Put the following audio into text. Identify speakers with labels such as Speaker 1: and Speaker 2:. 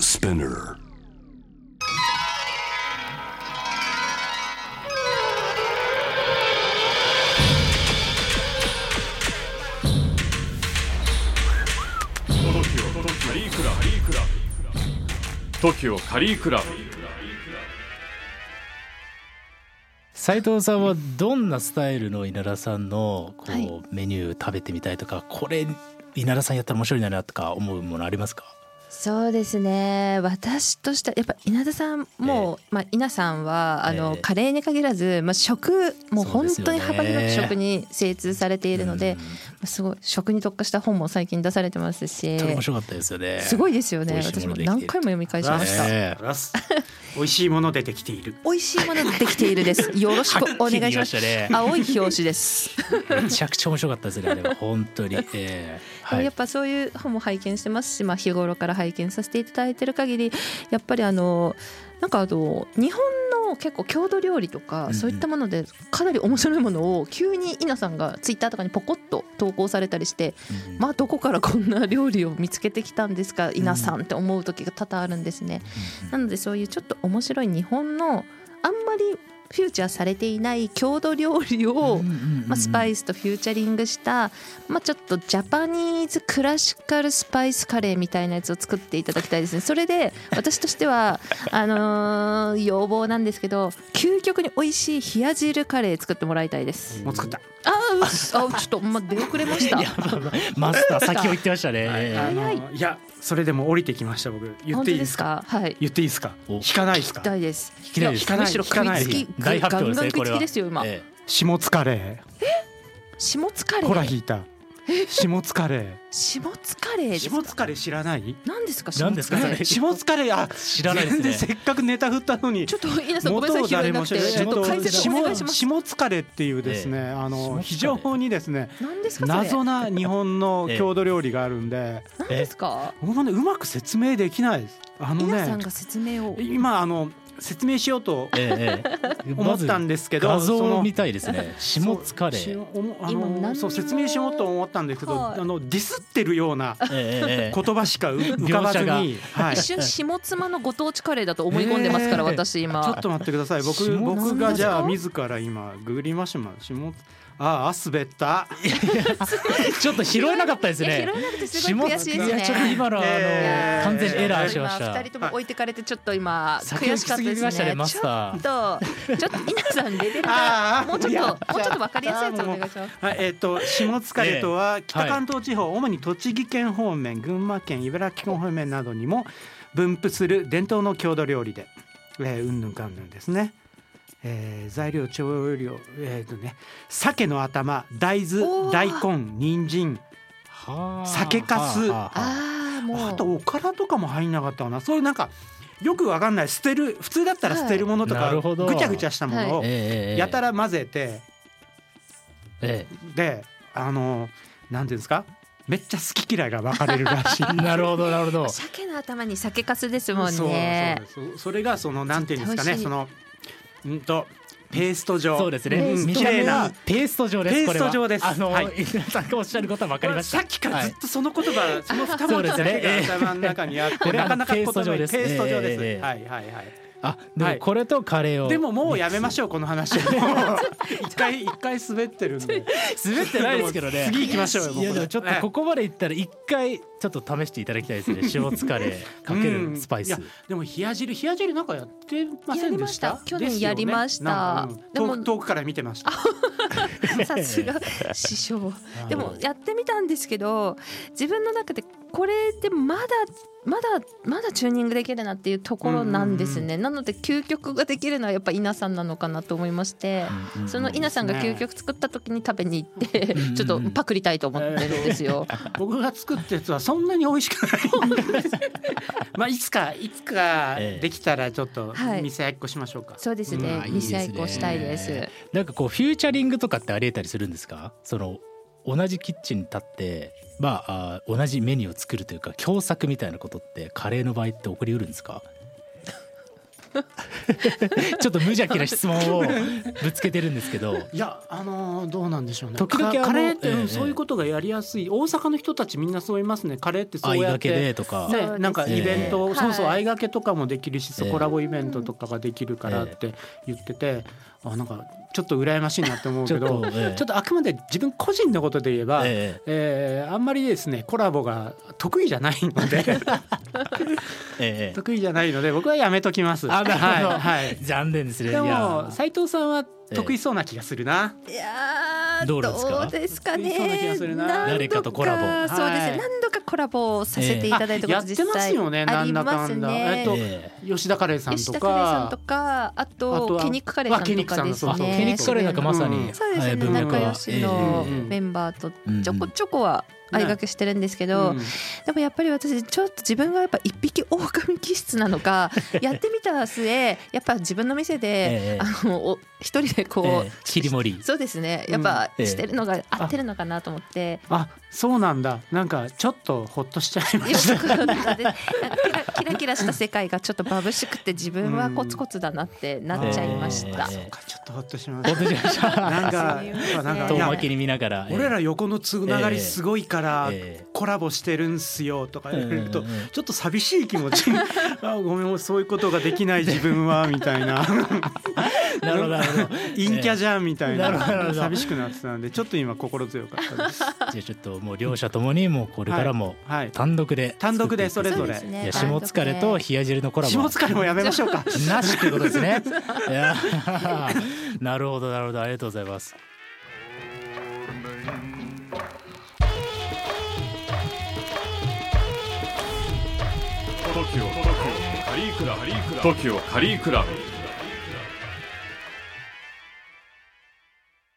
Speaker 1: Spinner.
Speaker 2: カリークラブトキオカリークラブ
Speaker 3: 斉藤さんはどんなスタイルの稲田さんのこう、
Speaker 4: はい
Speaker 3: メニュー食べてみたいとかこれ稲田さんやったら面白いなとか思うものありますか
Speaker 4: そうですね私としてはやっぱ稲田さんも、まあ、稲さんはあの、
Speaker 3: ええ
Speaker 4: カレーに限らず、まあ、食もう
Speaker 3: そう
Speaker 4: 本
Speaker 3: ですよ
Speaker 4: 当
Speaker 3: ね
Speaker 4: に幅広く食に精通されているので、まあすごい食に特化した本も最近出されてますし
Speaker 3: それ面白かったですよね
Speaker 4: すごいですよね
Speaker 3: 美味しい
Speaker 4: 私
Speaker 3: も
Speaker 4: も
Speaker 3: のできてる
Speaker 4: 何回も読み返しました、
Speaker 3: ね
Speaker 5: プラス美味しいもの出てきている
Speaker 4: 美味しいものできているですよろしくお
Speaker 3: はっ
Speaker 4: 願いします
Speaker 3: きり言いましたね
Speaker 4: 青い表紙です、
Speaker 3: めちゃくちゃ面白かったですねあれは本当に、えーは
Speaker 4: やっ
Speaker 3: い、
Speaker 4: ぱそういう本も拝見してますし、まあ、日頃から拝見させていただいてる限りやっぱりあのなんかあの日本の結構郷土料理とか、
Speaker 3: うん
Speaker 4: そういったものでかなり面白いものを急に稲さんがツイッターとかにポコッと投稿されたりして、
Speaker 3: うん
Speaker 4: まあどこからこんな料理を見つけてきたんですか稲さんって思う時が多々あるんですね。なのでそういうちょっと面白い日本のあんまりフューチャーされていない郷土料理を、まあ、スパイスとフューチャリングした、まあ、ちょっとジャパニーズクラシカルスパイスカレーみたいなやつを作っていただきたいですねそれで私としてはあのー要望なんですけど究極に美味しい冷や汁カレー作ってもらいたいです
Speaker 5: もう作った
Speaker 4: あーうっすあちょっと、まあ、出遅れました
Speaker 3: マスター先を言ってましたね、え
Speaker 5: あ
Speaker 3: ー
Speaker 5: の
Speaker 4: 早い
Speaker 5: いやそれでも降りてきました僕言っ
Speaker 4: 本当
Speaker 5: ていい
Speaker 4: で
Speaker 5: です
Speaker 4: す
Speaker 5: か
Speaker 4: かはい
Speaker 5: 言っていいですか
Speaker 3: お
Speaker 5: 引かないですか
Speaker 4: 痛いです
Speaker 3: 聞きたいです
Speaker 5: いや
Speaker 4: むしろ食いつき
Speaker 5: 引
Speaker 4: ガン
Speaker 3: 大
Speaker 4: ガ
Speaker 3: 発表
Speaker 4: ン
Speaker 3: ですね
Speaker 4: 食
Speaker 3: こ
Speaker 4: い
Speaker 3: れ
Speaker 4: つき
Speaker 3: は
Speaker 4: ですよ今、
Speaker 3: え
Speaker 5: 下津カレ
Speaker 4: 下津カレ
Speaker 5: ーほら
Speaker 4: ー
Speaker 5: 引いた下津カレー
Speaker 4: 下津カレーですか
Speaker 5: 下津カレー知らない
Speaker 4: 何ですか
Speaker 3: 何ですか
Speaker 4: 下
Speaker 3: そ
Speaker 4: 津カレ
Speaker 3: れ
Speaker 4: ー
Speaker 5: 下津カレーあ
Speaker 3: 知らないですね
Speaker 5: 全然せっかくネタ振ったのに
Speaker 4: ちょっと稲さんごめんなさい拾えなくてちょっと解説お願いします
Speaker 5: 下津カレーっていうですね、
Speaker 3: ええ下津カ
Speaker 5: あ
Speaker 3: レ
Speaker 5: の
Speaker 3: ー
Speaker 5: 非常にですね
Speaker 4: 何ですかそれ
Speaker 5: 謎な日本の
Speaker 3: ええ
Speaker 5: 郷土料理がある んで、
Speaker 4: 何ですか
Speaker 5: 僕もねうまく説明できないですあの
Speaker 4: 稲さ
Speaker 5: ね
Speaker 4: んが説明を
Speaker 5: 今あの説明しようと
Speaker 3: えええ
Speaker 5: 思ったんですけど、
Speaker 3: 画像
Speaker 5: その
Speaker 3: を見たいです ね下津カレ
Speaker 5: し
Speaker 3: ー、
Speaker 5: おもあ
Speaker 4: 今何にも
Speaker 5: のそう説明しようと思ったんですけど、
Speaker 4: はい
Speaker 5: あのディスってるような
Speaker 3: ええええ
Speaker 5: 言葉しかう浮かばず
Speaker 3: 描
Speaker 5: に、は い、
Speaker 4: 一
Speaker 5: ち
Speaker 4: 瞬下妻のご当地カレーだと思い込んでますから
Speaker 5: えー
Speaker 4: 私今
Speaker 5: ょっと待ってください僕
Speaker 3: 下
Speaker 5: 僕
Speaker 4: なん
Speaker 5: が
Speaker 4: ですか
Speaker 5: じゃあ自ら今ググりましょう下ああ滑った
Speaker 3: ちょっと拾えなかったです
Speaker 4: いや
Speaker 3: ね
Speaker 4: 拾えなくてすご
Speaker 3: 下
Speaker 4: い悔
Speaker 3: 津
Speaker 4: し
Speaker 3: い
Speaker 4: いです
Speaker 3: やちょっと
Speaker 4: ね
Speaker 3: 今のあの、
Speaker 5: ええ
Speaker 3: 完全にエラーしまし
Speaker 4: 今
Speaker 3: た
Speaker 4: 二人とも置いてかれてちょっと今
Speaker 3: 先を
Speaker 4: 悔
Speaker 3: 行
Speaker 4: し
Speaker 3: き
Speaker 4: かった
Speaker 3: 過
Speaker 4: で
Speaker 3: ぎまし
Speaker 4: す
Speaker 3: たね
Speaker 4: ね
Speaker 3: マス
Speaker 4: ちょっ
Speaker 3: ター
Speaker 4: とちょっと稲さんレベル が
Speaker 5: あー
Speaker 4: もうちょっ
Speaker 5: い
Speaker 4: と
Speaker 5: や
Speaker 4: もうちょっとわかりやすいやつお願いします
Speaker 5: はい、えっ、と下津カレーとは北関東地方、主に栃木県方面群馬県茨城県方面などにも分布する伝統の郷土料理で、えー、うんぬんかんぬんですね、えー材料調味料えっ、とね鮭の頭大
Speaker 4: おー
Speaker 5: 豆大根人参
Speaker 3: はあ
Speaker 5: 酒粕
Speaker 3: はあはあ
Speaker 4: ああも
Speaker 5: あ
Speaker 4: う
Speaker 5: とおからとかも入んなかったかなそういうなんかよくわかんない捨てる普通だったら捨てるものと
Speaker 3: はいな
Speaker 5: か、
Speaker 3: るほど
Speaker 5: ぐちゃぐちゃしたものを
Speaker 3: ええええ
Speaker 5: やたら混ぜて
Speaker 3: え
Speaker 5: であのなんていうんですかめっちゃ好き嫌いが分かれるら しい
Speaker 3: えなるほどなるほど
Speaker 4: 鮭の頭に酒粕ですもん
Speaker 5: そう
Speaker 4: ね
Speaker 5: そうそそれがそのなんていうんですかね
Speaker 4: 絶
Speaker 5: そ
Speaker 4: 対
Speaker 5: のうんとペースト状
Speaker 3: そうですね
Speaker 5: ん
Speaker 3: 見
Speaker 5: 綺
Speaker 3: た目
Speaker 5: 麗
Speaker 3: は
Speaker 5: な
Speaker 3: ペースト状です
Speaker 5: ペース
Speaker 3: これは
Speaker 5: ト状です
Speaker 3: あの、
Speaker 5: はい
Speaker 3: 皆さんがおっしゃることは分かりました
Speaker 5: さっきからずっ
Speaker 3: はい
Speaker 5: とその言葉、その二
Speaker 3: そう
Speaker 5: 文
Speaker 3: で
Speaker 5: 字
Speaker 3: す
Speaker 5: だ
Speaker 3: ね
Speaker 5: けが頭の中にあって、
Speaker 3: これは
Speaker 5: なかなか言
Speaker 3: ペー
Speaker 5: 葉
Speaker 3: スト状です
Speaker 5: ペースト状です、
Speaker 3: ええええ
Speaker 5: はいはいはい
Speaker 3: あで
Speaker 5: は
Speaker 3: も
Speaker 5: い
Speaker 3: これとカレーを、
Speaker 5: でももうやめましょうこの話 もう一回一回滑ってるんで
Speaker 3: 滑ってないですけどね
Speaker 5: 次行きましょうよ
Speaker 3: いやでもちょっとこ
Speaker 5: こ
Speaker 3: こまで行ったら一回ちょっと試していただきたいです ね下津カレーかけるスパイス、
Speaker 5: うんいやでも冷や汁冷や汁なんかやってませんでした
Speaker 4: やりました去年やりました
Speaker 5: ですよねなんかうん
Speaker 4: でも
Speaker 5: 遠く遠くから見てました
Speaker 4: さすが師匠
Speaker 5: い
Speaker 4: でもやってみたんですけど自分の中でこれでまだまだまだチューニングできるなっていうところなんですね、なので究極ができるのはやっぱ稲さんなのかなと思いまして、
Speaker 3: うんうん
Speaker 4: その稲さんが究極作った時に食べに行って、
Speaker 3: んうん
Speaker 4: ちょっとパクりたいと思ってるんですよ、
Speaker 5: 僕が作ったやつはそんなに美味しくない まあいつかいつか
Speaker 3: ええ
Speaker 5: できたらちょっと
Speaker 4: はい
Speaker 5: 店やっこしましょうか、
Speaker 4: そうですね、
Speaker 3: うん
Speaker 4: 二試合以降したいです
Speaker 3: いいですなんかこうフューチャリングとかってありえたりするんですかその同じキッチンに立ってまああー同じメニューを作るというか共作みたいなことってカレーの場合って起こりうるんですかちょっと無邪気な質問をぶつけてるんですけど
Speaker 5: いやあのーどうなんでしょうね
Speaker 3: 時々
Speaker 5: か
Speaker 3: あの
Speaker 5: カレーって、うん
Speaker 3: ええ
Speaker 5: そういうことがやりやすい大阪の人たちみんなそう言いますねカレーってそ
Speaker 3: 相
Speaker 5: うや
Speaker 3: 掛
Speaker 5: っ
Speaker 3: けで
Speaker 5: て
Speaker 3: とか、
Speaker 4: そうです
Speaker 5: ね、
Speaker 4: ね
Speaker 5: なんかイベント、
Speaker 4: はい
Speaker 5: そうそう相掛けとかもできるし、
Speaker 3: ええ
Speaker 5: コラボイベントとかができるからって言ってて、あなんかちょっと羨ましいなって思うけど
Speaker 3: ちょっとええ
Speaker 5: ちょっとあくまで自分個人のことで言えば、え
Speaker 3: え
Speaker 5: ーあんまりですねコラボが得意じゃない ので
Speaker 3: えええ
Speaker 5: 得意じゃないので僕はやめときます。
Speaker 3: あなるほど
Speaker 5: はい、はい
Speaker 3: 残念ですねい
Speaker 5: でも
Speaker 3: や
Speaker 5: 斉藤さんは得意そうな気がするな。
Speaker 4: いやー
Speaker 3: どうですか
Speaker 4: ですか
Speaker 5: そうな気がする
Speaker 4: ね
Speaker 5: な
Speaker 3: 誰かとコラボ
Speaker 4: 何度かそうですね、
Speaker 5: はい
Speaker 4: 何度かコラボさせていただいたこ
Speaker 5: ええあ
Speaker 4: と実際
Speaker 5: やってますよね
Speaker 4: あります
Speaker 5: なんだかんだえ
Speaker 4: ね
Speaker 5: っと
Speaker 3: ええ
Speaker 5: 吉田カレーさんと
Speaker 4: 吉田カレーさんと
Speaker 5: か。
Speaker 4: かあ
Speaker 5: あと
Speaker 4: と
Speaker 5: は
Speaker 4: ケニックカレーさんとかです
Speaker 3: あ
Speaker 4: ね
Speaker 5: あそ
Speaker 3: そううケニックカレーなんかまさに、
Speaker 5: うん
Speaker 4: そうです
Speaker 3: え
Speaker 4: ね
Speaker 3: え文化
Speaker 4: 仲良しの
Speaker 3: ええええ
Speaker 4: メンバーと
Speaker 3: うん
Speaker 4: ちょこちょこは相掛けしてるんですけど、
Speaker 5: うん
Speaker 4: でもやっぱり私ちょっと自分がやっぱ一匹狼気質な のかやってみた末やっぱ自分の店
Speaker 3: ええ
Speaker 4: で、あのお一人でこう、
Speaker 3: ええ切り盛り
Speaker 4: そうですね
Speaker 5: うん
Speaker 4: やっぱ
Speaker 3: ええ
Speaker 4: してるのが合ってるのかなと思って。
Speaker 5: あそうなんだなんかちょっとほっとしちゃいま
Speaker 4: よ
Speaker 5: した。
Speaker 4: くなんかでなんかキラキラキラした世界がちょっと眩しくて自分はコツコツだなってなっちゃいました
Speaker 3: え。え
Speaker 5: なん かちょっとほっとしま
Speaker 3: 本当
Speaker 5: し
Speaker 3: に
Speaker 5: た。なんか
Speaker 4: そうですね
Speaker 5: なんか い
Speaker 3: 遠
Speaker 5: や
Speaker 3: 巻きに見ながら、ええ
Speaker 5: 俺ら横のつながりすごいから
Speaker 3: ええ
Speaker 5: コラボしてるんすよと か言われると
Speaker 3: うんうんうん
Speaker 5: ちょっと寂しい気持ちに あごめんもうそういうことができない自分はみたいな
Speaker 3: なるほどなるほど
Speaker 5: 陰キャじゃんみたい
Speaker 3: なるほどなる
Speaker 5: な
Speaker 3: ほど
Speaker 5: 寂しくなってたんでちょっと今心強かった です。
Speaker 3: じゃあちょっともう両者ともにもうこれからも
Speaker 5: はい
Speaker 3: 単独で
Speaker 5: 単独でそれ
Speaker 4: そ
Speaker 5: ぞ
Speaker 4: うで
Speaker 5: れ
Speaker 4: す。ね
Speaker 3: いや下疲れと冷や汁のコラボ
Speaker 5: 下疲れもやめましょうか。
Speaker 3: なしということですね。いや なるほどなるほどありがとうございます。
Speaker 2: TOKIO カリークラブ TOKIO カリークラブ